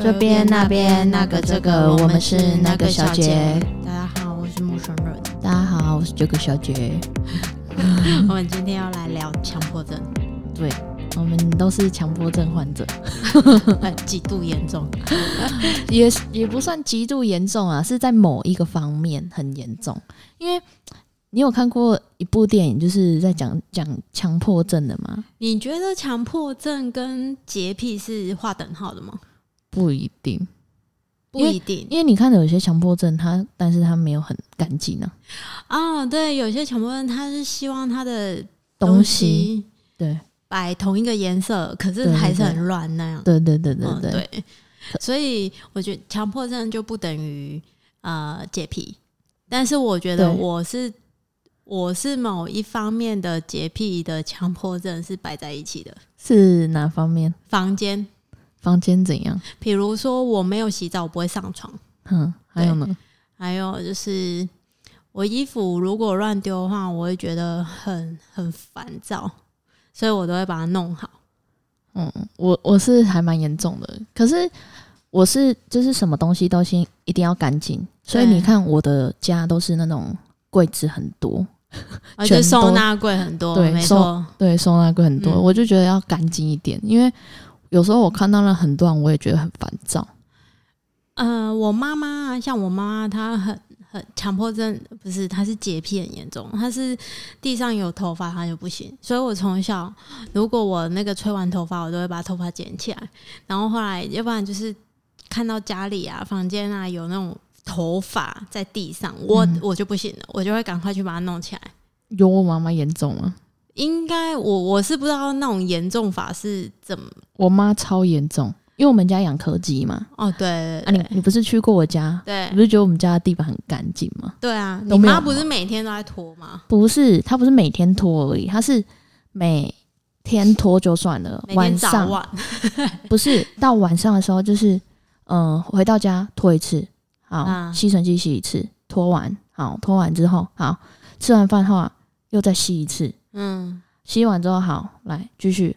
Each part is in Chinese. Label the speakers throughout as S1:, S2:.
S1: 这边那边那个这个，我们是那个小姐。
S2: 大家好，我是木纯 润。
S1: 大家好，我是九个小姐。
S2: 我们今天要来聊强迫症，
S1: 对，我们都是强迫症患者，
S2: 呃，极度严重。
S1: 也也不算极度严重啊，是在某一个方面很严重。因为你有看过一部电影，就是在讲讲强迫症的吗？
S2: 你觉得强迫症跟洁癖是划等号的吗？
S1: 不一定，
S2: 不一定
S1: 因为你看有些强迫症他，但是他没有很干净啊，
S2: 啊、对，有些强迫症他是希望他的
S1: 东西。
S2: 西
S1: 对
S2: 摆同一个颜色，可是
S1: 对
S2: 还是
S1: 对
S2: 很乱那样。
S1: 对对对对对，
S2: 嗯、 对，所以我觉得强迫症就不等于呃洁癖，但是我觉得
S1: 对
S2: 我是我是某一方面的洁癖的强迫症是摆在一起的。
S1: 是哪方面？
S2: 房间，
S1: 房间怎样？
S2: 比如说我没有洗澡，我不会上床；
S1: 嗯，还有呢？
S2: 还有就是我衣服如果乱丢的话，我会觉得很很烦躁，所以我都会把它弄好。
S1: 嗯，我我是还蛮严重的，可是我是就是什么东西都先一定要干净，所以
S2: 对
S1: 你看我的家都是那种柜子很多，
S2: 而
S1: 全
S2: 且
S1: 都
S2: 收纳柜很多，
S1: 对
S2: 没
S1: 收
S2: 错，
S1: 对，收纳柜很多，
S2: 嗯
S1: 我就觉得要干净一点，因为有时候我看到了很乱，我也觉得很烦躁。
S2: 呃，我妈妈啊，像我妈妈，她很很强迫症，不是，她是洁癖很严重，她是地上有头发她就不行。所以我从小，如果我那个吹完头发，我都会把头发捡起来，然后后来要不然就是看到家里啊、房间啊有那种头发在地上，我、
S1: 嗯
S2: 我就不行了，我就会赶快去把它弄起来。
S1: 有我妈妈严重吗？
S2: 应该我我是不知道那种严重法是怎么
S1: 我妈超严重，因为我们家养柯基嘛。
S2: 哦，对
S1: 啊你，你不是去过我家？
S2: 对
S1: 你
S2: 对
S1: 不是觉得我们家的地板很干净吗？
S2: 对啊，
S1: 都
S2: 你
S1: 没有
S2: 妈不
S1: 好
S2: 是每天都在拖吗？
S1: 不是，他不是每天拖而已，他是每天拖就算了，
S2: 每
S1: 晚
S2: 天早
S1: 上
S2: 晚
S1: 不是到晚上的时候，就是嗯、呃回到家拖一次，好，
S2: 啊
S1: 吸尘器洗一次，拖完，好，拖完之后，好，吃完饭后啊，又再吸一次，
S2: 嗯，
S1: 吸完之后，好，来继续，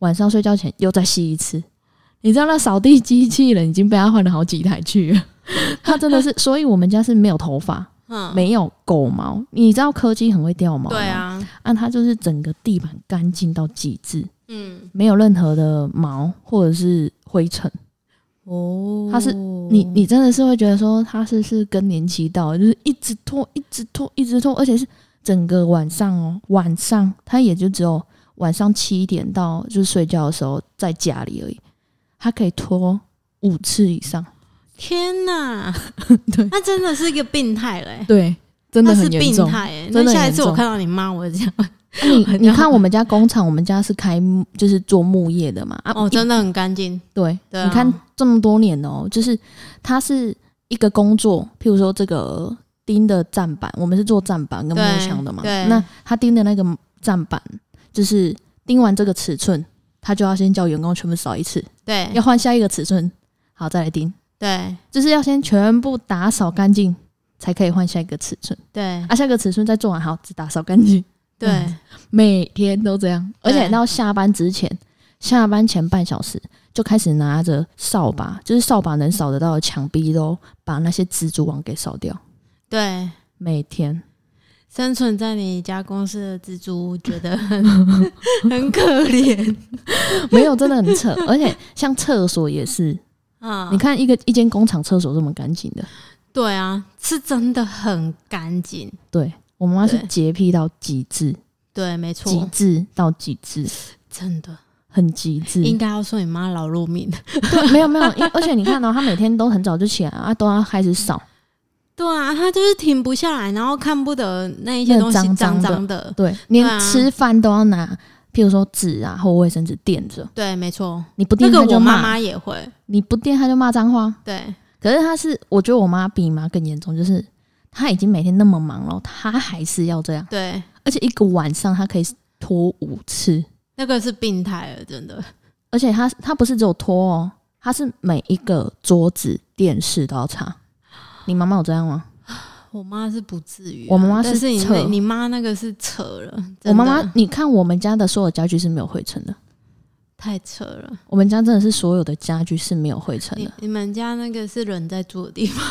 S1: 晚上睡觉前又再吸一次。你知道那扫地机器人已经被他换了好几台去了，他真的是，所以我们家是没有头发，
S2: 嗯，
S1: 没有狗毛。你知道柯基很会掉毛，
S2: 对，啊，
S1: 啊，它就是整个地板干净到极致，
S2: 嗯，
S1: 没有任何的毛或者是灰尘。
S2: 哦
S1: 它是你你真的是会觉得说他是是更年期到了，就是一直拖，一直拖，一直拖，而且是整个晚上哦，晚上他也就只有晚上七点到就是睡觉的时候在家里而已，他可以拖五次以上，
S2: 天哪，
S1: 对
S2: 那真的是一个病态嘞，
S1: 对，真
S2: 那是 病态欸。
S1: 真
S2: 那
S1: 的很
S2: 下一次
S1: 严重
S2: 我看到你妈，我就这样，
S1: 啊你你看我们家工厂，我们家是开就是做木业的嘛，啊，
S2: 哦，
S1: 一
S2: 真的很干净，
S1: 对，
S2: 对啊
S1: 你看这么多年哦、就是它是一个工作，譬如说这个钉的站板，我们是做站板跟
S2: 对
S1: 木墙的嘛，
S2: 对
S1: 那他钉的那个站板，就是钉完这个尺寸，他就要先叫员工全部扫一次，
S2: 对
S1: 要换下一个尺寸，好再来钉，
S2: 对
S1: 就是要先全部打扫干净。才可以换下一个尺寸，
S2: 对
S1: 啊，下个尺寸再做完好，只打扫干净，嗯
S2: 对，
S1: 每天都这样，而
S2: 对
S1: 且到下班之前，下班前半小时就开始拿着扫把，就是扫把能扫得到的墙壁都把那些蜘蛛网给扫掉。
S2: 对，
S1: 每天
S2: 生存在你家公司的蜘蛛觉得 很很可 怜
S1: 没有真的很扯，而且像厕所也是，
S2: 啊
S1: 你，看一个一间工厂厕所这么干净的，
S2: 对啊，是真的很干净，
S1: 对我妈妈是
S2: 对
S1: 洁癖到极致，
S2: 对，没
S1: 极
S2: 错，
S1: 致到极致，
S2: 真的
S1: 很极致。
S2: 应该要说你妈劳碌命，
S1: 对，没有没有，因而且你看到、哦她每天都很早就起来啊，都要开始扫，
S2: 对啊，他就是停不下来，然后看不得那一些
S1: 那
S2: 东西
S1: 脏脏
S2: 脏
S1: 的
S2: 脏的。
S1: 对，连
S2: 对啊
S1: 吃饭都要拿，譬如说纸啊或卫生纸垫着，
S2: 对，没错，
S1: 你不
S2: 那
S1: 垫
S2: 个
S1: 他
S2: 我
S1: 就
S2: 妈
S1: 骂，
S2: 妈也会。
S1: 你不垫他就骂脏话。
S2: 对，
S1: 可是他是，我觉得我妈比你妈更严重，就是她已经每天那么忙了，她还是要这样，
S2: 对，
S1: 而且一个晚上她可以拖五次，
S2: 那个是病态了，真的。
S1: 而且她她不是只有拖哦，她是每一个桌子、电视都要擦。你妈妈有这样吗？
S2: 我妈是不至于啊、
S1: 我妈妈是
S2: 但是你
S1: 扯
S2: 那你妈那个是扯了。
S1: 我妈
S2: 真
S1: 妈
S2: 的，
S1: 你看我们家的所有家具是没有灰尘的，
S2: 太扯了。
S1: 我们家真的是所有的家具是没有灰尘
S2: 你
S1: 的。
S2: 你们家那个是人在住的地方，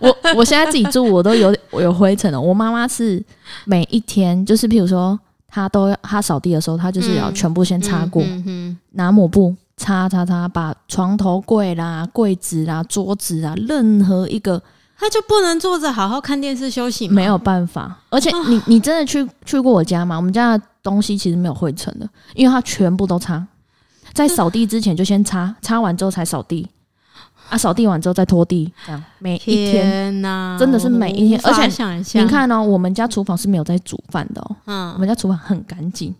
S1: 我我现在自己住，我都有我有灰尘了。我妈妈是每一天，就是譬如说她都要她扫地的时候，她就是要
S2: 嗯
S1: 全部先擦过，
S2: 嗯嗯
S1: 拿抹布擦擦擦，把床头柜啦、柜子啦、桌子啊，任何一个
S2: 他就不能坐着好好看电视休息吗？
S1: 没有办法。而
S2: 啊
S1: 且你你真的去去过我家吗？我们家的东西其实没有灰尘的，因为它全部都擦，在扫地之前就先擦，擦完之后才扫地，啊，扫地完之后再拖地，这样每一天。
S2: 天呐，
S1: 真的是每一天
S2: 我无法
S1: 而且
S2: 想象
S1: 你，看哦，我们家厨房是没有在煮饭的哦，我
S2: 嗯
S1: 们家厨房很干净，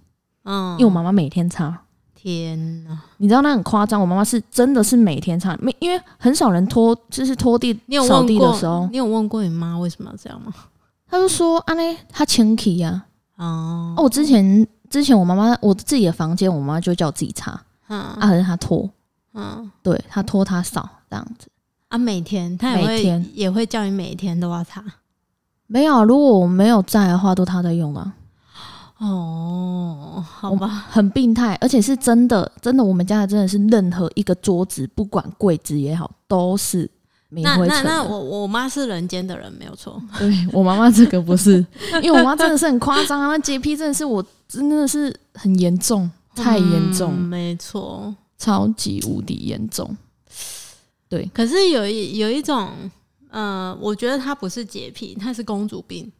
S2: 嗯，
S1: 因为我妈妈每天擦。
S2: 天呐，
S1: 你知道那很夸张，我妈妈是真的是每天擦，没因为很少人拖，就是拖地
S2: 你有
S1: 扫
S2: 问
S1: 地的
S2: 过
S1: 时候，
S2: 你有问过你妈为什么要这样吗？
S1: 她就说：“啊嘞，她清气呀。
S2: 哦
S1: 啊”哦，我之前之前我妈妈我自己的房间，我妈就叫我自己擦，啊，
S2: 嗯
S1: 可是她拖，
S2: 嗯
S1: 对她拖她扫这样子。
S2: 啊，每天他也
S1: 每
S2: 会
S1: 天
S2: 也会叫你每天都要擦
S1: 没有，啊如果我没有在的话，都她在用啊，
S2: 哦，好吧，
S1: 很病态，而且是真的，真的，我们家的真的是任何一个桌子，不管柜子也好，都是没
S2: 那
S1: 灰
S2: 那
S1: 尘
S2: 那
S1: 的。嗯
S2: 我我妈是人间的人没有错，
S1: 对 我妈妈这个不是，因为我妈真的是很夸张啊，那洁癖真的是我真的是很严重，太严重，
S2: 嗯没错。
S1: 超级无敌严重。
S2: 可是有一有一种，呃，我觉得她不是洁癖，她是公主病。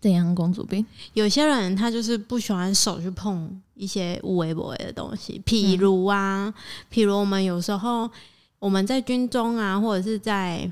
S1: 怎样公主病？
S2: 有些人他就是不喜欢手去碰一些无微不微的东
S1: 嗯
S2: 西，譬如啊，譬如我们有时候我们在军中啊，或者是在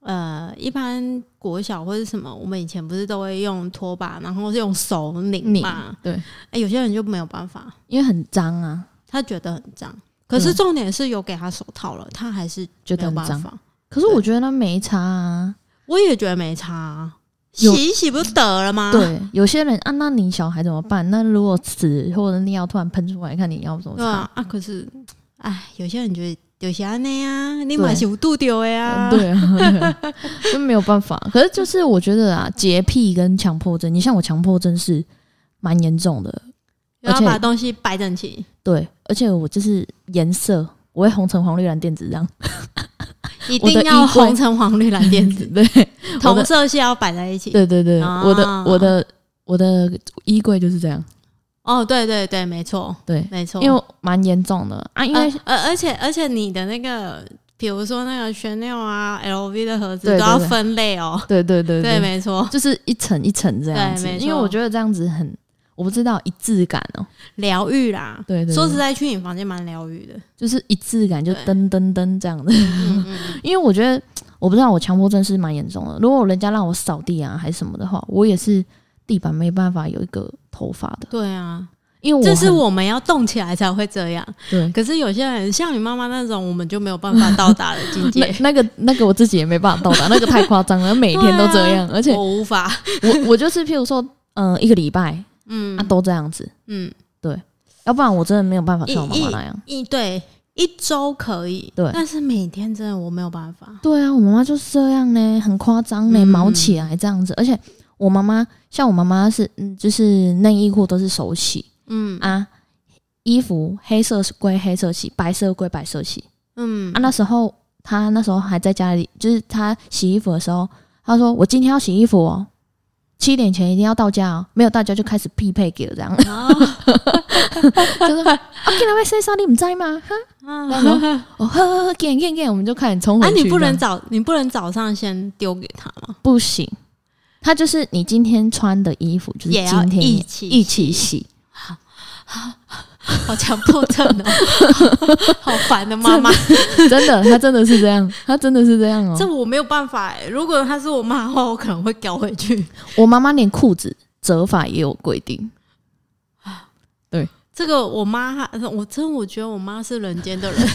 S2: 呃一般国小或者什么，我们以前不是都会用拖把，然后是用手拧
S1: 拧
S2: 嘛？
S1: 对，
S2: 哎、有些人就没有办法，
S1: 因为很脏啊，
S2: 他觉得很脏。可是重点是有给他手套了，他还是
S1: 嗯觉
S2: 没
S1: 得
S2: 有
S1: 很
S2: 办
S1: 脏。
S2: 法。
S1: 可是我觉得那没差啊。
S2: 我也觉得没差、啊，洗
S1: 有
S2: 一洗不就得了吗？
S1: 对，有些人啊，那你小孩怎么办？那如果屎或者尿突然喷出来，看你要怎么
S2: 对
S1: 擦
S2: 啊，？啊，可是，哎，有些人觉得就是安尼啊，你
S1: 对
S2: 嘛是有拄着的啊，
S1: 嗯 对啊，对啊就没有办法。可是就是我觉得啊，洁癖跟强迫症，你像我强迫症是蛮严重的，
S2: 然后
S1: 而且
S2: 把东西摆整齐。
S1: 对，而且我就是颜色，我会红橙黄绿蓝靛紫这样。
S2: 一
S1: 我
S2: 定
S1: 的
S2: 要
S1: 衣柜
S2: 红橙黄绿 蓝靛紫，
S1: 对，我
S2: 同
S1: 的
S2: 色系要摆在一起。
S1: 对对对，
S2: 啊
S1: 我的我的我的衣柜就是这样，
S2: 哦，对对对，没错，
S1: 对，
S2: 没错。
S1: 因为我蛮严重的啊，因
S2: 呃
S1: 为
S2: 呃，而且而且你的那个，比如说那个 Chanel 啊、LV 的盒子
S1: 对
S2: 都
S1: 对
S2: 要
S1: 对
S2: 分类哦。
S1: 对对对
S2: 对，，没错，
S1: 就是一层一层这样
S2: 对
S1: 子，
S2: 没错
S1: 因为我觉得这样子很，我不知道一致感哦，
S2: 疗愈啦。
S1: 对对对
S2: 说实在，去你房间蛮疗愈的。
S1: 就是一致感就
S2: 对
S1: 噔噔噔这样的，
S2: 嗯嗯，
S1: 因为我觉得我不知道我强迫症是蛮严重的，如果人家让我扫地啊还是什么的话，我也是地板没办法有一个头发的，
S2: 对啊，
S1: 因为我
S2: 这是
S1: 很
S2: 我们要动起来才会这样。
S1: 对。
S2: 可是有些人像你妈妈那种，我们就没有办法到达的 境
S1: 那
S2: 界。
S1: 那个那个我自己也没办法到达，那个太夸张了，每天都这样，而且
S2: 我无法，
S1: 我我就是譬如说，嗯、一个礼拜
S2: 嗯
S1: 啊都这样子，
S2: 嗯，
S1: 要不然我真的没有办法像我妈妈那样。
S2: 一对一周可以，
S1: 对
S2: 但是每天真的我没有办法。
S1: 对啊，我妈妈就是这样呢，很夸张呢，
S2: 嗯
S1: 毛起来这样子，而且我妈妈像我妈妈是，嗯，就是内衣裤都是手洗
S2: 嗯
S1: 啊，衣服黑色归黑色洗，白色归白色洗
S2: 嗯
S1: 啊。那时候她那时候还在家里，就是她洗衣服的时候，她说我今天要洗衣服哦。七点前一定要到家哦，没有到家就开始匹配给了 这样，
S2: 啊
S1: 就是啊，今天会洗衫你唔知 吗？哈，然后
S2: 啊！
S1: 哦，呵呵呵，给给给，我们就开始冲回
S2: 啊，
S1: 去。
S2: 你不能
S1: 这样
S2: 早，你不能早上先丢给他吗？
S1: 不行，它就是你今天穿的衣服，就是
S2: 也
S1: 今
S2: 要
S1: 天
S2: 一起
S1: 一起洗。
S2: 好强迫症 哦，好烦的妈妈，
S1: 真的，它真的是这样，它真的是这样
S2: 这
S1: 哦。
S2: 我没有办法哎。如果她是我妈的话，我可能会搞回去。
S1: 我妈妈连裤子折法也有规定，
S2: 这个我妈，我真的我觉得我妈是人间的人。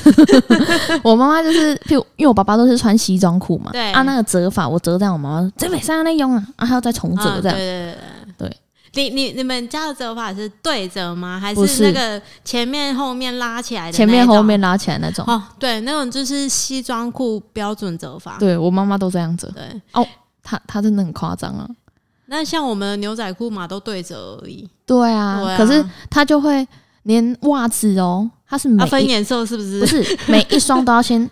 S1: 我妈妈就是，譬如因为我爸爸都是穿西装裤嘛，
S2: 对
S1: 啊，那个折法我折在我妈妈这美上那用啊，啊，还要再重
S2: 啊，
S1: 折这
S2: 对
S1: 样，
S2: 对对
S1: 对。
S2: 你你你们家的折法是对折吗？还
S1: 不
S2: 是那
S1: 是
S2: 个前面后面拉起来的那一种？
S1: 前面后面拉起来那种。
S2: 哦，对，那种就是西装裤标准折法。
S1: 对我妈妈都这样折，
S2: 对
S1: 她她真的很夸张啊。
S2: 那像我们的牛仔裤嘛，都对折而已。
S1: 对啊，
S2: 对啊
S1: 可是她就会，连袜子哦，它是
S2: 啊，
S1: 每
S2: 分
S1: 一、
S2: 颜色是不是
S1: 不？是每一双都要先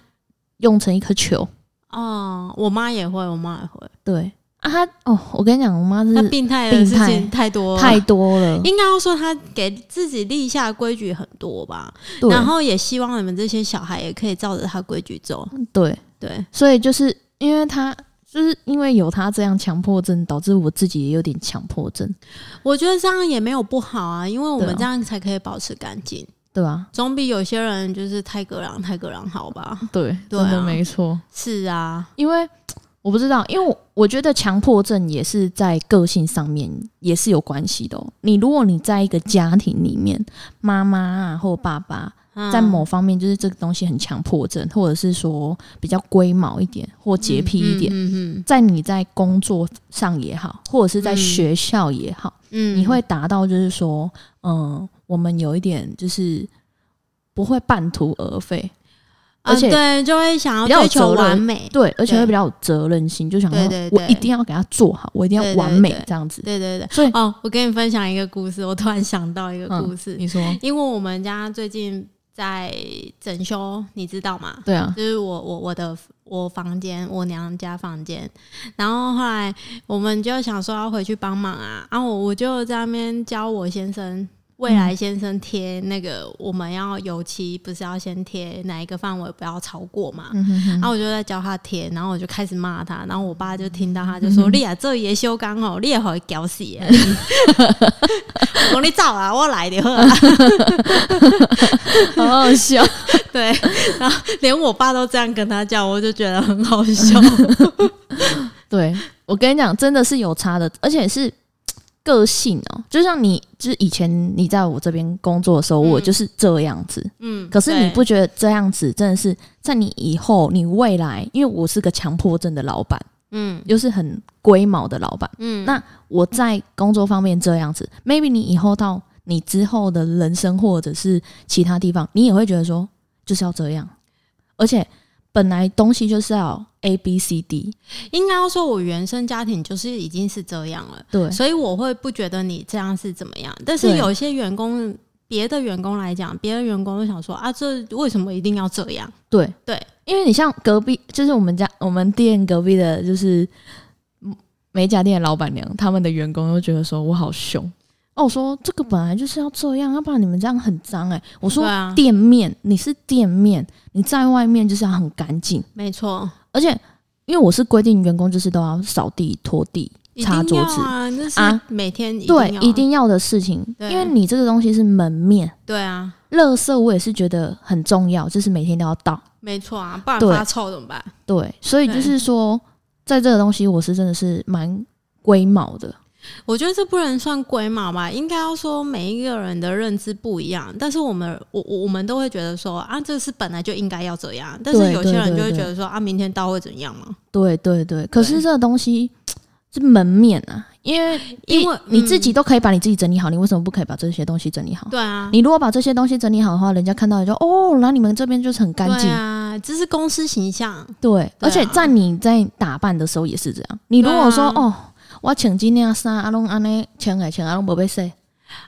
S1: 用成一颗球。
S2: 哦，我妈也会，我妈也会。
S1: 对啊，它哦，我跟你讲，我妈
S2: 她
S1: 是
S2: 病态的事情太多了，
S1: 太多了，
S2: 应该要说她给自己立下规矩很多吧。
S1: 对
S2: 然后也希望你们这些小孩也可以照着她规矩走。
S1: 对，
S2: 对，
S1: 所以就是因为她。就是因为有她这样强迫症，导致我自己也有点强迫症，
S2: 我觉得这样也没有不好啊，因为我
S1: 对
S2: 们
S1: 啊
S2: 这样才可以保持干净，
S1: 对啊吧、
S2: 总比有些人就是太格朗太格朗好吧？
S1: 对，
S2: 对啊
S1: 真的没错。
S2: 是啊，
S1: 因为我不知道，因为我我觉得强迫症也是在个性上面也是有关系的、哦。你如果你在一个家庭里面，妈妈啊或爸爸
S2: 嗯
S1: 在某方面就是这个东西很强迫症，或者是说比较龟毛一点或洁癖一点，
S2: 嗯嗯
S1: 在你在工作上也好，或者是在学校也好，
S2: 嗯
S1: 你会达到就是说，嗯、我们有一点就是不会半途而废。
S2: 啊
S1: 而且
S2: 对，就会想要
S1: 比较有
S2: 追求
S1: 责任
S2: 完美。
S1: 对，而且
S2: 对
S1: 会比较有责任心，就想说
S2: 对对
S1: 我
S2: 对
S1: 一定要给他做好，我一定
S2: 对
S1: 要
S2: 对
S1: 完美
S2: 对
S1: 这样子。
S2: 对对对，
S1: 所以
S2: 哦，我跟你分享一个故事，我突然想到一个故事，
S1: 你说
S2: 因为我们家最近在整修，你知道吗？
S1: 对啊，
S2: 就是我我我的我房间，我娘家房间，然后后来我们就想说要回去帮忙啊，然、后我我就在那边教我先生。未来
S1: 嗯
S2: 先生贴那个，我们要油漆，不是要先贴哪一个范围不要超过嘛？
S1: 嗯哼哼
S2: 然后我就在教他贴，然后我就开始骂他，然后我爸就听到他
S1: 嗯
S2: 就说：“你 啊，这也修刚哦，你也好屌死啊！” 我说：“你走啊， 我来的。”
S1: 好好笑，
S2: 对，然后连我爸都这样跟他讲，我就觉得很好笑。
S1: 对我跟你讲，真的是有差的，而且是个性哦、就像你，就是以前你在我这边工作的时候，我
S2: 嗯
S1: 就是这样子。
S2: 嗯，
S1: 可是你
S2: 对
S1: 不觉得这样子真的是在你以后、你未来，因为我是个强迫症的老板，
S2: 嗯
S1: 又是很龟毛的老板。
S2: 嗯
S1: 那我在工作方面这样子，maybe 你以后到你之后的人生或者是其他地方，你也会觉得说就是要这样，而且本来东西就是要 A B C D，
S2: 应该要说，我原生家庭就是已经是这样了，
S1: 对
S2: 所以我会不觉得你这样是怎么样。但是
S1: 对
S2: 有一些员工，别的员工来讲，别的员工就想说啊，这为什么一定要这样？
S1: 对
S2: 对，
S1: 因为你像隔壁，就是我们家我们店隔壁的，就是嗯美甲店的老板娘，他们的员工都觉得说我好凶，哦，我说这个本来就是要这样，要不然你们这样很脏哎、我
S2: 对
S1: 说
S2: 啊，
S1: 店面你是店面，你在外面就是要很干净。
S2: 没错，
S1: 而且因为我是规定员工就是都要扫地、拖地、
S2: 一定
S1: 擦桌
S2: 要
S1: 子，
S2: 啊，那是
S1: 啊
S2: 每天一定
S1: 对，
S2: 要啊
S1: 一定要的事情。
S2: 对
S1: 因为你这个东西是门面，
S2: 对啊，
S1: 垃圾我也是觉得很重要，就是每天都要倒。
S2: 没错啊，不然
S1: 对
S2: 发臭怎么办？
S1: 对，所以就是说，在这个东西我是真的是蛮龟毛的。
S2: 我觉得这不能算龟毛吧，应该要说每一个人的认知不一样。但是我们，我我我们都会觉得说啊，这是本来就应该要这样。但是
S1: 对
S2: 有些人就会
S1: 对对
S2: 觉得说啊，明天到会怎样嘛？
S1: 对对对，可是这个东西是门面啊，因为
S2: 因为
S1: 你自
S2: 嗯
S1: 己都可以把你自己整理好，你为什么不可以把这些东西整理好？
S2: 对啊，
S1: 你如果把这些东西整理好的话，人家看到也就哦，然后你们这边就是很干净
S2: 对，啊，这是公司形象。
S1: 对，而且
S2: 啊
S1: 在你在打扮的时候也是这样。你如果说、
S2: 对啊
S1: 哦，我请今天啊衫，阿龙安尼穿来穿，阿龙不被 洗，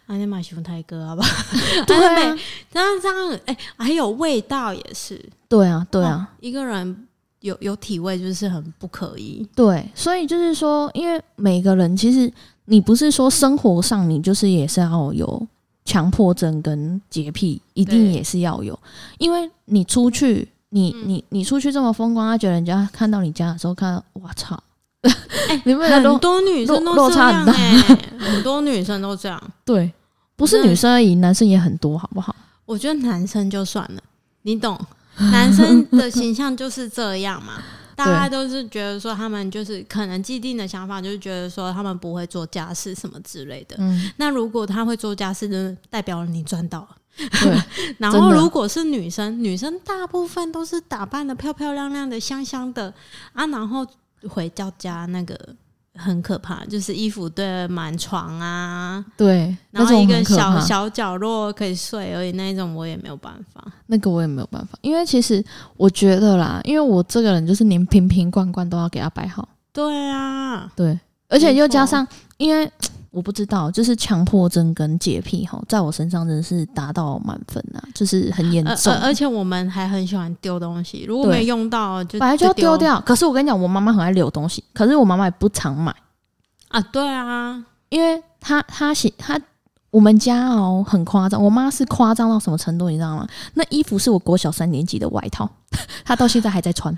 S2: 啊，你买熊泰哥好不好？
S1: 对
S2: 哎
S1: 啊
S2: 没，这样这样，哎、还有味道也是。
S1: 对啊，对
S2: 哦
S1: 啊，
S2: 一个人有有体味就是很不可以。
S1: 对。所以就是说，因为每个人其实你不是说生活上你就是也是要有强迫症跟洁癖，一定
S2: 对
S1: 也是要有，因为你出去。你
S2: 嗯
S1: 你你出去这么风光，他觉得人家看到你家的时候，看到我操，
S2: 哎
S1: 你们
S2: 很多女生
S1: 啊落
S2: 都
S1: 落
S2: 这
S1: 差
S2: 样
S1: 很
S2: 哎、很多女生都这样。
S1: 对，不是女生而已，男生也很多，好不好？
S2: 我觉得男生就算了，你懂， 男生的形象就是这样 嘛。大家都是觉得说他们就是可能既定的想法，就是觉得说他们不会做家事什么之类的。
S1: 嗯，
S2: 那如果他会做家事，就代表你 赚到了。
S1: 对，
S2: 然
S1: 真
S2: 后
S1: 的
S2: 如果是女生，女生大部分都是打扮的漂漂亮亮的、香香的啊，然后回到家那个很可怕，就是衣服堆得满床啊，
S1: 对，
S2: 然
S1: 那
S2: 后
S1: 种
S2: 一个
S1: 很可
S2: 小
S1: 怕
S2: 小角落可以睡而已，那一种我也没有办法。
S1: 那个我也没有办法，因为其实我觉得啦，因为我这个人就是连瓶瓶罐罐都要给他摆好，
S2: 对啊，
S1: 对，而且又加
S2: 没错
S1: 上因为我不知道，就是强迫症跟洁癖哈，在我身上真的是达到满分啊，就是很严
S2: 而
S1: 重。
S2: 而而且我们还很喜欢丢东西，如果
S1: 对
S2: 没用到就
S1: 本来就要丢掉，可是我跟你讲，我妈妈很爱留东西，可是我妈妈也不常买，
S2: 啊，对啊，
S1: 因为她她喜她我们家哦很夸张，我妈是夸张到什么程度，你知道吗？那衣服是我国小三年级的外套， 她到现在还在穿，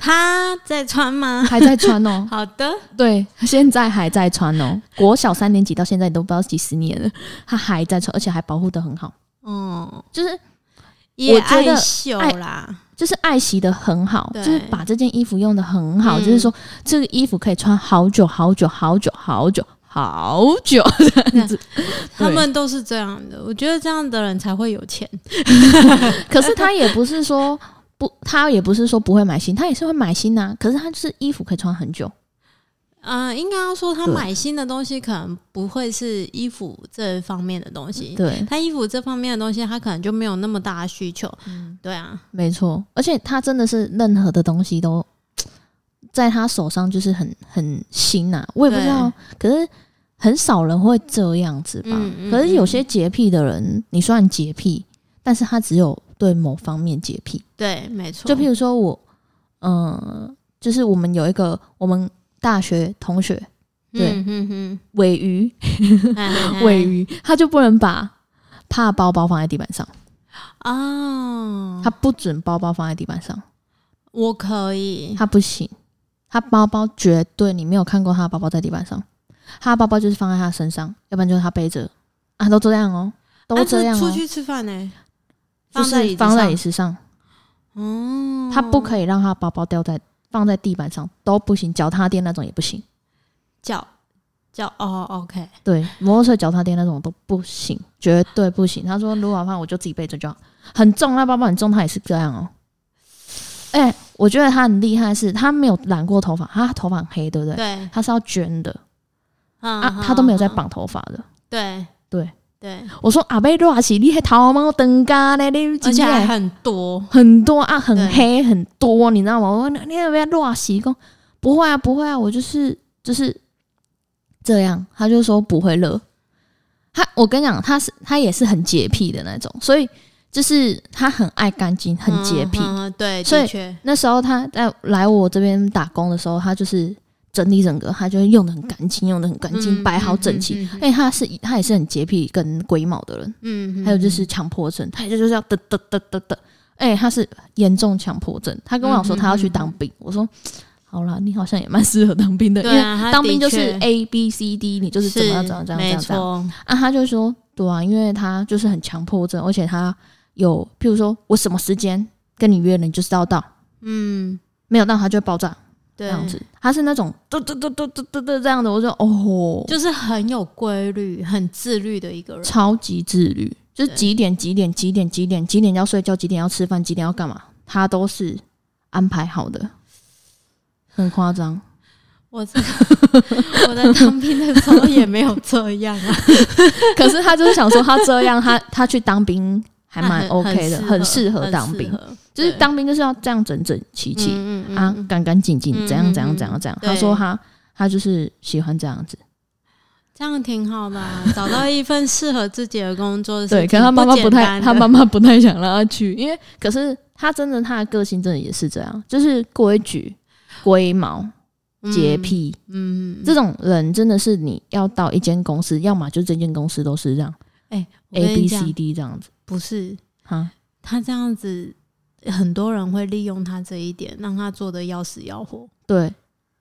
S2: 他在穿 吗？
S1: 还在穿哦，
S2: 好的，
S1: 对，现在还在穿哦，国小三年级到现在都不知道几十年了，她还在穿，而且还保护的很好，
S2: 嗯，
S1: 就是
S2: 也
S1: 觉得
S2: 爱秀啦，
S1: 就是爱惜的很好，就
S2: 对
S1: 是把这件衣服用的很好，
S2: 嗯
S1: 就是说这个衣服可以穿好久好久好久好久好久 这样子。
S2: 他们都是这样的。我觉得这样的人才会有钱。
S1: 可是他也不是说不，他也不是说不会买新，他也是会买新呐、可是他就是衣服可以穿很久，
S2: 嗯、应该要说他
S1: 对
S2: 买新的东西可能不会是衣服这方面的东西，
S1: 对，
S2: 他衣服这方面的东西他可能就没有那么大的需求。
S1: 嗯
S2: 对啊，
S1: 没错。而且他真的是任何的东西都在他手上，就是很很新呐、我也不知道，可是。很少人会这样子吧？
S2: 嗯嗯
S1: 可是有些洁癖的人，你虽然洁癖，但是他只有对某方面洁癖。
S2: 对，没错。
S1: 就譬如说我，嗯、就是我们有一个我们大学同学对
S2: 嗯 嗯
S1: 尾鱼，
S2: 嗯哎哎，
S1: 尾鱼，他就不能把怕包包放在地板上，
S2: 哦，
S1: 他不准包包放在地板上，
S2: 我可以，
S1: 他不行，他包包绝对你没有看过他的包包在地板上，他的包包就是放在他身上，要不然就是他背着啊，都这样哦，都
S2: 啊
S1: 这样
S2: 出
S1: 哦，
S2: 去吃饭呢，
S1: 就
S2: 放在椅
S1: 是
S2: 子
S1: 放在
S2: 上
S1: 椅子上，
S2: 哦，
S1: 他不可以让他包包掉在放在地板上都不行，脚踏垫那种也不行，
S2: 叫叫哦，OK，
S1: 对，摩托车、脚踏垫那种都不行，绝对不行。他说如果怕我就自己背着就好，很重，那包包很重，他也是这样哦。哎、我觉得他很厉害是，他没有染过头发，他头发很黑，对不对？
S2: 对
S1: 他是要卷的啊
S2: 啊，
S1: 他都没有在
S2: 绑，
S1: 绑头发的。
S2: 对
S1: 对
S2: 对，
S1: 我说啊阿贝洛奇，你还头毛等咖呢？你
S2: 而且
S1: 真的
S2: 还很多，
S1: 很多啊，很
S2: 对
S1: 黑很多，你知道吗？我说你要不要落洗工？不会啊，不会啊，我就是就是这样。他就说不会热。他我跟你讲，他是他也是很洁癖的那种，所以就是他很爱干净，很洁癖。
S2: 嗯嗯对，
S1: 所以
S2: 的确，
S1: 那时候他在来我这边打工的时候，他就是整理整个，他就会用的很干净，用的很干净，
S2: 嗯
S1: 摆好整齐。，
S2: 嗯
S1: 哎、他是他也是很洁癖跟龟毛的人。
S2: 嗯，嗯
S1: 哎还有就是强迫症，他就是要得得得得得，哎、他是严重强迫症。他跟我讲说
S2: 嗯嗯
S1: 他要去当兵，我说好啦，你好像也蛮适合当兵的，因
S2: 对
S1: 为
S2: 啊，他
S1: 当兵
S2: 的
S1: 就
S2: 确
S1: 是 A B C D，你就是怎么样怎么样怎么
S2: 没
S1: 样怎么样。
S2: 错，
S1: 啊，他就说对啊，因为他就是很强迫症，而且他有，譬如说我什么时间跟你约了，你就是要到，
S2: 嗯，
S1: 没有到他就会爆炸这
S2: 对，
S1: 样子。他是那种嘟嘟嘟嘟嘟嘟嘟这样的，我就哦，
S2: 就是很有规律、很自律的一个人。
S1: 超级自律，就是
S2: 对
S1: 几点几点几点几点几点要睡觉，几点要吃饭，几点要干嘛，他都是安排好的，很 夸张。
S2: 我 在我在当兵的时候也没有这样啊，
S1: 可是他就是想说，他这样，他他去当兵还蛮
S2: 很
S1: OK 的，很适合当，
S2: 很
S1: 兵
S2: 适。合
S1: 就是
S2: 对
S1: 当兵就是要这样整整齐齐
S2: 嗯嗯嗯
S1: 啊，
S2: 嗯
S1: 干干净净，
S2: 嗯
S1: 怎样
S2: 嗯
S1: 怎样
S2: 嗯
S1: 怎样怎样。
S2: 对
S1: 他说他他就是喜欢这样子，
S2: 这样挺好的啊， 找到一份适合自己的工作是
S1: 对。
S2: 挺
S1: 可是他妈妈不
S2: 简
S1: 太，
S2: 单的
S1: 他妈妈不太想让他去，因为可是他真的他的个性真的也是这样，就是规矩、龟毛，洁，癖、
S2: 嗯嗯，
S1: 这种人，真的是你要到一间公司，要么就这间公司都是这样
S2: 哎我
S1: A
S2: 跟你
S1: B
S2: 讲嗯
S1: C D 这样子
S2: 不是
S1: 哈。
S2: 他这样子，很多人会利用他这一点，让他做的要死要活，
S1: 对，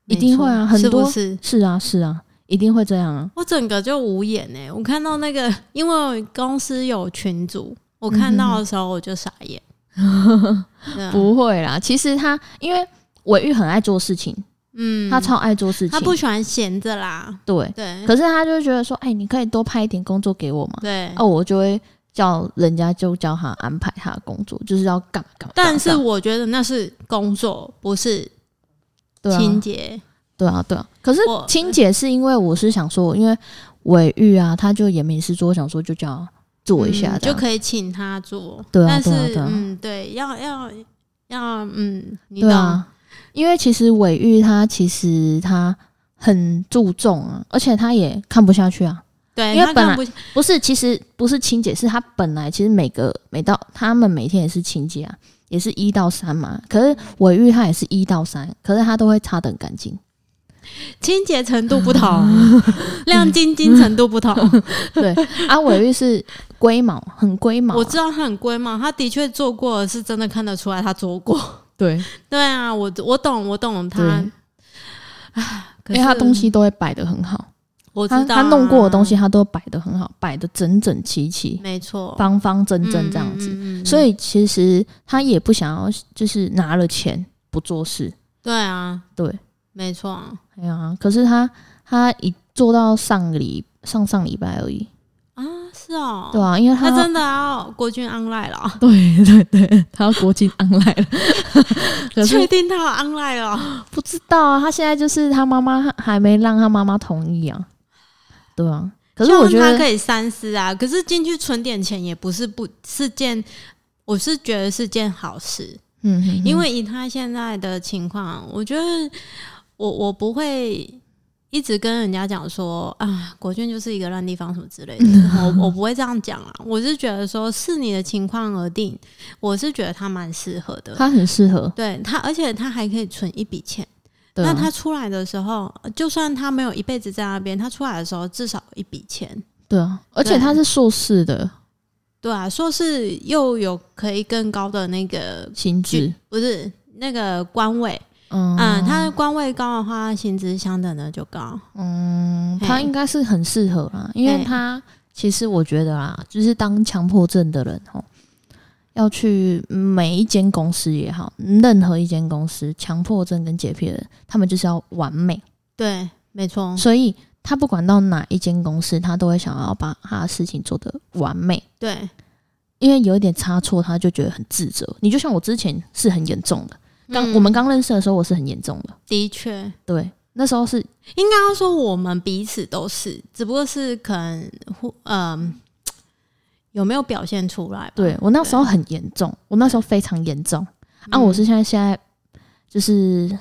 S1: 一
S2: 没
S1: 定会
S2: 错
S1: 啊很
S2: 是
S1: 多
S2: 不是？
S1: 是啊，是啊，一定会这样啊。
S2: 我整个就无言哎、我看到那个，因为公司有群组，我看到的时候我就傻眼。对啊
S1: 嗯不会啦，其实他因为尾玉很爱做事情，
S2: 嗯
S1: 他超爱做事情，
S2: 他不喜欢闲着啦，
S1: 对。
S2: 对
S1: 可是他就觉得说，哎、你可以多派一点工作给我嘛？
S2: 对、
S1: 哦，我就会叫人家就叫他安排他的工作，就是要干嘛干嘛。
S2: 但是
S1: 干嘛
S2: 我觉得那是工作，不是
S1: 对啊
S2: 清洁。
S1: 对啊，对啊。可是
S2: 我
S1: 清姐是因为我是想说，因为尾玉啊，他就也没事做，想说就叫他做一下
S2: 嗯
S1: 这
S2: 就
S1: 样、
S2: 可以请他做。
S1: 对啊
S2: 但是
S1: 对啊对啊
S2: 嗯，对，要要要，嗯，你
S1: 对啊
S2: 懂，
S1: 啊，因为其实尾玉他其实他很注重啊，而且他也看不下去啊。
S2: 对，
S1: 因为
S2: 他
S1: 本
S2: 看
S1: 来
S2: 不
S1: 不是，其实不是清洁，是他本来其实每个每到他们每天也是清洁啊，也是一到三嘛。可是尾玉他也是一到三，可是他都会擦得很干净。
S2: 清洁程度不 同，亮晶晶程度不同。
S1: 嗯对， 啊，尾玉是龟毛，很龟毛啊、
S2: 我知道他很龟毛，他的确做过，是真的看得出来他做过。
S1: 对，
S2: 对啊，我我懂，我懂他。
S1: 对
S2: 唉可
S1: 因
S2: 是
S1: 为他东西都会摆得很好，
S2: 我知
S1: 他
S2: 道
S1: 他弄过的东
S2: 啊
S1: 西他都摆得很好，摆得整整齐齐，
S2: 没错，
S1: 方方正正这样子。
S2: 嗯嗯嗯嗯
S1: 所以其实他也不想要，就是拿了钱不做事。
S2: 对啊，
S1: 对，
S2: 没错啊。
S1: 哎呀，可是他他一做到上个礼上上礼拜而已，
S2: 啊是哦，
S1: 对啊，因为
S2: 他
S1: 他
S2: 真的要国军 online 了，
S1: 对对对，他要国际 online 了， 可
S2: 确
S1: 是
S2: 定他要 online 了，
S1: 不知道啊，他现在就是他妈妈还没让他妈妈同意啊，对啊，可是我觉
S2: 希望他
S1: 得
S2: 可以三思啊。可是进去存点钱也不是不是件，我是觉得是件好事，
S1: 嗯，嗯嗯
S2: 因为以他现在的情况，我觉得我我不会。一直跟人家讲说啊，国军就是一个烂地方什么之类的，
S1: 嗯
S2: 我我不会这样讲啊。我是觉得说视你的情况而定，我是觉得他蛮适合的。
S1: 他很适合，
S2: 对他，而且他还可以存一笔钱。
S1: 对啊
S2: 那他出来的时候，就算他没有一辈子在那边，他出来的时候至少有一笔钱。
S1: 对啊，而且
S2: 对
S1: 他是硕士的
S2: 对啊，硕士又有可以更高的那个，
S1: 薪资，
S2: 不是那个官位，
S1: 嗯
S2: 嗯，他的官位高的话，薪资相等的就高。
S1: 嗯，
S2: 嘿
S1: 他应该是很适合啦，因为
S2: 嘿
S1: 他其实我觉得啊，就是当强迫症的人哦，要去每一间公司也好，任何一间公司，强迫症跟洁癖的人，他们就是要完美，
S2: 对，没错，
S1: 所以他不管到哪一间公司，他都会想要把他的事情做得完美。
S2: 对。
S1: 因为有一点差错，他就觉得很自责。你就像我之前是很严重的，刚、
S2: 嗯
S1: 我们刚认识的时候，我是很严重的，
S2: 的确
S1: 对，那时候是
S2: 应该要说我们彼此都是，只不过是可能互嗯、有没有表现出来吧？
S1: 对我那时候很严重，我那时候非常严重
S2: 嗯
S1: 啊！我是现在现在就是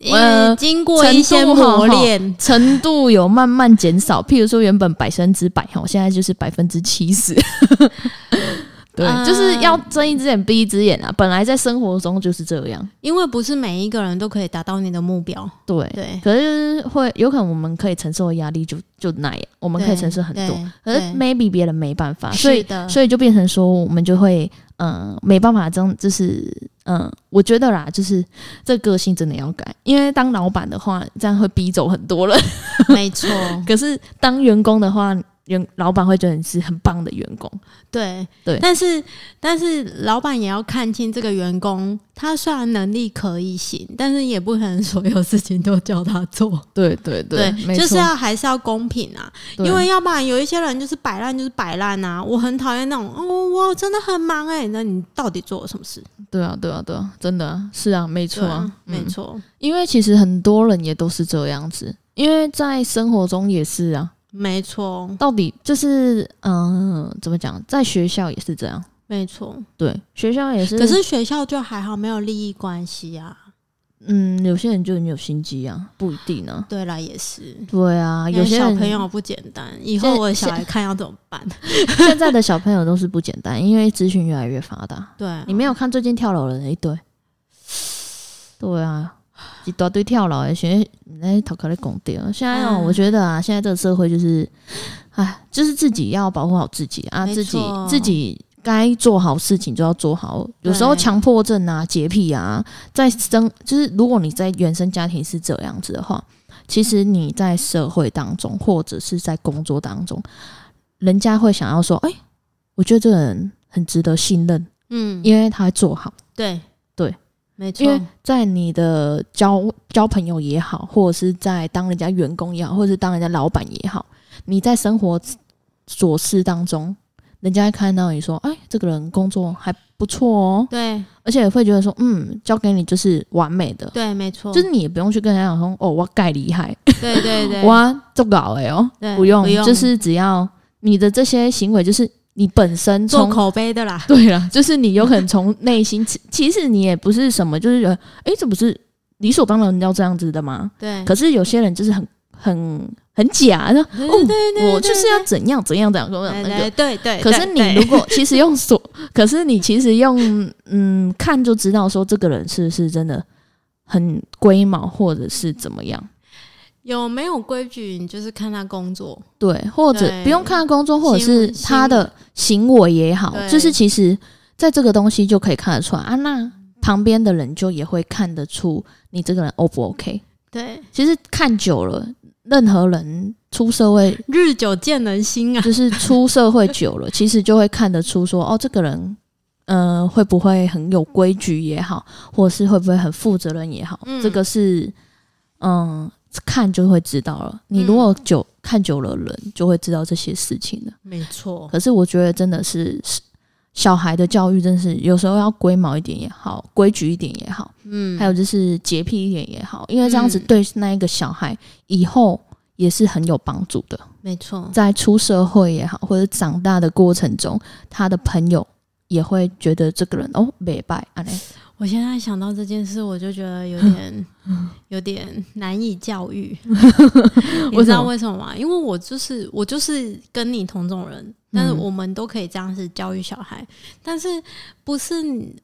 S2: 因为经过一些
S1: 程度吼
S2: 磨练，
S1: 程度有慢慢减少，譬如说原本百分之百哈，现在就是百分之七十。 对，
S2: 嗯
S1: 就是要睁一只眼闭一只眼啊！本来在生活中就是这样，
S2: 因为不是每一个人都可以达到你的目标。
S1: 对。
S2: 对，
S1: 可是会有可能我们可以承受的压力就就那样，我
S2: 我
S1: 们可以承受很多。可是 maybe 别人没办法，所以
S2: 是的，
S1: 所以就变成说，我们就会嗯、呃没办法这样，就是嗯、呃我觉得啦，就是这个性真的要改，因为当老板的话，这样会逼走很多
S2: 嗯
S1: 人；
S2: 没 错，
S1: 可是当员工的话，员老板会觉得你是很棒的员工。
S2: 对
S1: 对
S2: 但是但是老板也要看清这个员工，他虽然能力可以行，但是也不可能所有事情都叫他做。
S1: 对对
S2: 就是要还是要公平啊，
S1: 对
S2: 因为要不然有一些人就是摆烂，就是摆烂啊。我很讨厌那种哦，我真的很忙哎、那你到底做了什么事？
S1: 对啊对啊对啊，真的、啊、是啊，没嗯
S2: 对啊，没错，
S1: 因为其实很多人也都是这样子，因为在生活中也是啊，
S2: 没错，
S1: 到底就是嗯、呃怎么讲，在学校也是这样。
S2: 没错。
S1: 对，学校也是，
S2: 可是学校就还好，没有利益关系啊。
S1: 嗯，有些人就很有心机啊，不一定啊。
S2: 对啦，也是。
S1: 对啊，有
S2: 因为
S1: 些
S2: 小
S1: 人
S2: 朋友不简单，以后
S1: 现
S2: 我的小孩看要怎么办？
S1: 现在的小朋友都是不简单，因为资讯越来越发达。
S2: 对啊，
S1: 你没有看最近跳楼的人一堆？ 对啊，一大堆跳楼的，现在那头壳在拱掉。现在哦，
S2: 嗯
S1: 我觉得啊，现在这个社会就是，哎，就是自己要保护好自己啊，
S2: 没
S1: 自己
S2: 错
S1: 自己。该做好事情就要做好，有时候
S2: 对
S1: 强迫症啊、洁癖啊，在生就是如果你在原生家庭是这样子的话，其实你在社会当中或者是在工作当中，人家会想要说：“哎、我觉得这个人很值得信任，
S2: 嗯，
S1: 因为他会做好。
S2: 对
S1: 对，
S2: 没”错
S1: 因，为在你的交交朋友也好，或者是在当人家员工也好，或者是当人家老板也好，你在生活琐事当中，人家会看到你说：“哎、这个人工作还不错哦。
S2: 对”
S1: 而且会觉得说：“嗯，交给你就是完美的。”
S2: 对，没错，
S1: 就是你也不用去跟人家讲说：“哦，我盖厉害，
S2: 对对对，
S1: 我做搞哎哦。”
S2: 对
S1: 不用，
S2: 不用，
S1: 就是只要你的这些行为，就是你本身
S2: 做
S1: 从
S2: 口碑的啦。
S1: 对了，就是你有可能从内心，其其实你也不是什么，就是觉得，哎、这不是理所当然要这样子的嘛。
S2: 对，
S1: 可是有些人就是很很很假，说
S2: 对
S1: 哦
S2: 对对对
S1: 我就是要怎样怎样怎样怎样那
S2: 对。
S1: 个
S2: 对对，
S1: 可是
S2: 对
S1: 你
S2: 对
S1: 如果 其实用所，可是你其实用嗯看就知道说这个人是不是真的很龟毛，或者是怎么样。
S2: 有没有规矩，你就是看他工作，
S1: 对，或者
S2: 对
S1: 不用看他工作，或者是
S2: 行
S1: 他的行为也好，
S2: 对
S1: 就是其实在这个东西就可以看得出来啊。那旁边的人就也会看得出你这个人 O 不 OK。
S2: 对，
S1: 其实看久了，任何人出社会
S2: 日久见人心啊，
S1: 就是出社会久了，其实就会看得出说，哦，这个人，呃，会不会很有规矩也好，或者是会不会很负责任也好，
S2: 嗯
S1: 这个是，嗯，看就会知道了。你如果
S2: 嗯
S1: 久、看久了人，就会知道这些事情了。
S2: 没错，
S1: 可是我觉得真的是是小孩的教育，真是有时候要龟毛一点也好，规矩一点也好，
S2: 嗯，
S1: 还有就是洁癖一点也好，因为这样子
S2: 嗯
S1: 对那一个小孩以后也是很有帮助的。
S2: 没错，
S1: 在出社会也好，或者长大的过程中，他的朋友也会觉得这个人哦，美拜啊嘞，
S2: 我现在想到这件事，我就觉得有 点
S1: 嗯
S2: 有点难以教育。你
S1: 为
S2: 知
S1: 什
S2: 道
S1: 么
S2: 为什么吗？因为我就是我就是跟你同种人，但是
S1: 嗯
S2: 我们都可以这样子教育小孩，但是不是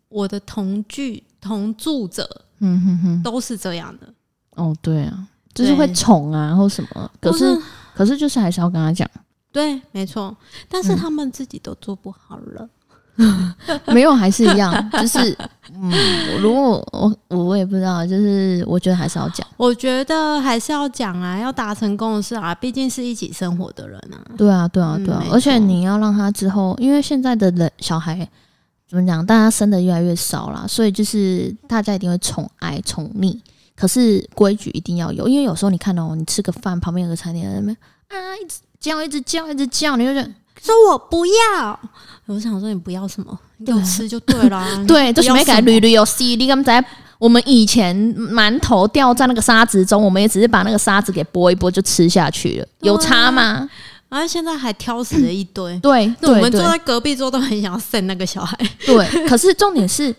S2: 我的同居同住者
S1: 嗯哼哼，
S2: 都是这样的，
S1: 哦对啊，就是会
S2: 对
S1: 宠啊或什么，可
S2: 或
S1: 是可是就是还是要跟他讲，
S2: 对，没错，但是
S1: 嗯
S2: 他们自己都做不好了。
S1: 没有还是一样，就是嗯，如果我我也不知道，就是我觉得还是要讲，
S2: 我觉得还是要讲啊，要达成共识啊，毕竟是一起生活的人啊。
S1: 对啊对啊
S2: 嗯
S1: 对啊，
S2: 没
S1: 而且
S2: 错
S1: 你要让他之后，因为现在的人小孩。怎么讲？大家生的越来越少啦，所以就是大家一定会宠爱、宠溺。可是规矩一定要有，因为有时候你看到、哦、你吃个饭，旁边有个餐厅在那边啊，一直叫、一直叫、一直叫，你就觉得
S2: 说我不要，我想说你不要什么，你给我
S1: 对啊。
S2: 吃就 对了啊
S1: 对，就是没改
S2: 绿
S1: 捋捋有 C，你刚才我们以前馒头掉在那个沙子中，我们也只是把那个沙子给拨一拨就吃下去了，
S2: 对啊
S1: 有差吗？。
S2: 然后现在还挑食了一堆
S1: 对，
S2: 那我
S1: 对
S2: 们坐
S1: 对
S2: 在隔壁桌都很想要扇那个小孩，
S1: 对， 可是重点是，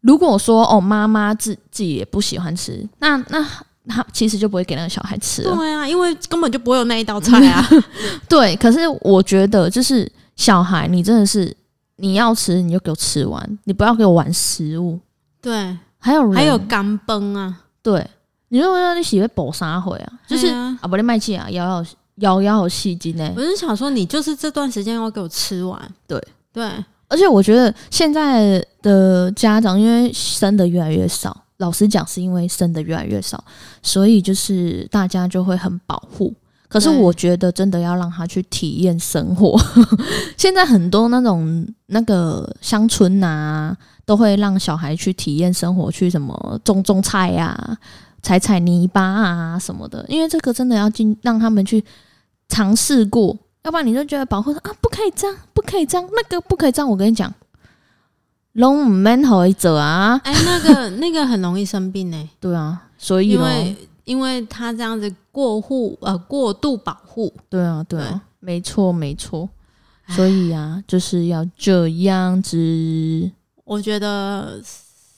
S1: 如果说哦，妈妈自自己也不喜欢吃，那那他其实就不会给那个小孩吃
S2: 对
S1: 了。
S2: 啊，因为根本就不会有那一道菜啊。
S1: 对，可是我觉得就是小孩，你真的是你要吃你就给我吃完，你不要给我玩食物。
S2: 对，
S1: 还有人
S2: 还有干崩啊，
S1: 对，你就会让你喜欢补啥回啊？就是
S2: 对啊
S1: 啊，不然卖气啊，摇摇摇摇有欸戏精呢
S2: 我。是想说，你就是这段时间要给我吃完。
S1: 对
S2: 对，
S1: 而且我觉得现在的家长，因为生的越来越少，老实讲是因为生的越来越少，所以就是大家就会很保护。可是
S2: 对
S1: 我觉得真的要让他去体验生活。 现在很多那种那个乡村啊，都会让小孩去体验生活，去什么种种菜啊、踩踩泥巴啊什么的，因为这个真的要进让他们去尝试过，要不然你就觉得保护说啊，不可以这样，不可以这样，那个不可以这样。我跟你讲，龙唔 man 好一者啊，
S2: 哎，那个 那个很容易生病呢、
S1: 对啊，所以
S2: 因
S1: 咯，
S2: 为因为他这样子过户呃过度保护，
S1: 对啊，对啊，没错，没错。所以啊，就是要这样子，
S2: 我觉得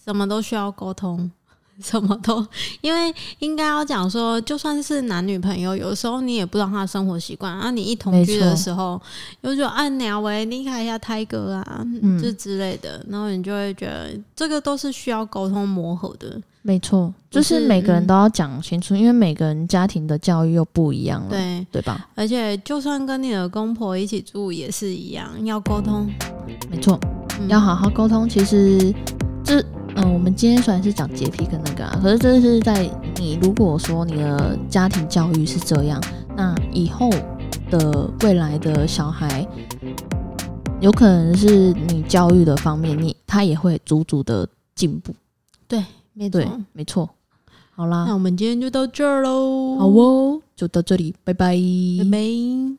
S2: 什么都需要沟通，什么都，因为应该要讲说，就算是男女朋友，有时候你也不知道他的生活习惯啊。你一同居
S1: 没错
S2: 的时候，又说啊，鸟喂，你看一下胎哥啊，
S1: 嗯
S2: 这之类的，然后你就会觉得这个都是需要沟通磨合的。
S1: 没错，就
S2: 就是
S1: 是每个人
S2: 嗯
S1: 都要讲清楚，因为每个人家庭的教育又不一样了，
S2: 对，
S1: 对吧？
S2: 而且就算跟你的公婆一起住也是一样，要沟通。
S1: 没错，
S2: 嗯
S1: 要好好沟通。其实这，嗯、我们今天虽然是讲洁癖跟那个啊，可是这是在你如果说你的家庭教育是这样，那以后的未来的小孩，有可能是你教育的方面，你他也会足足的进步。
S2: 没错
S1: 对。，没错。好啦哦
S2: 那，我们今天就到这儿喽，
S1: 好，哦，就到这里，拜拜
S2: 拜拜。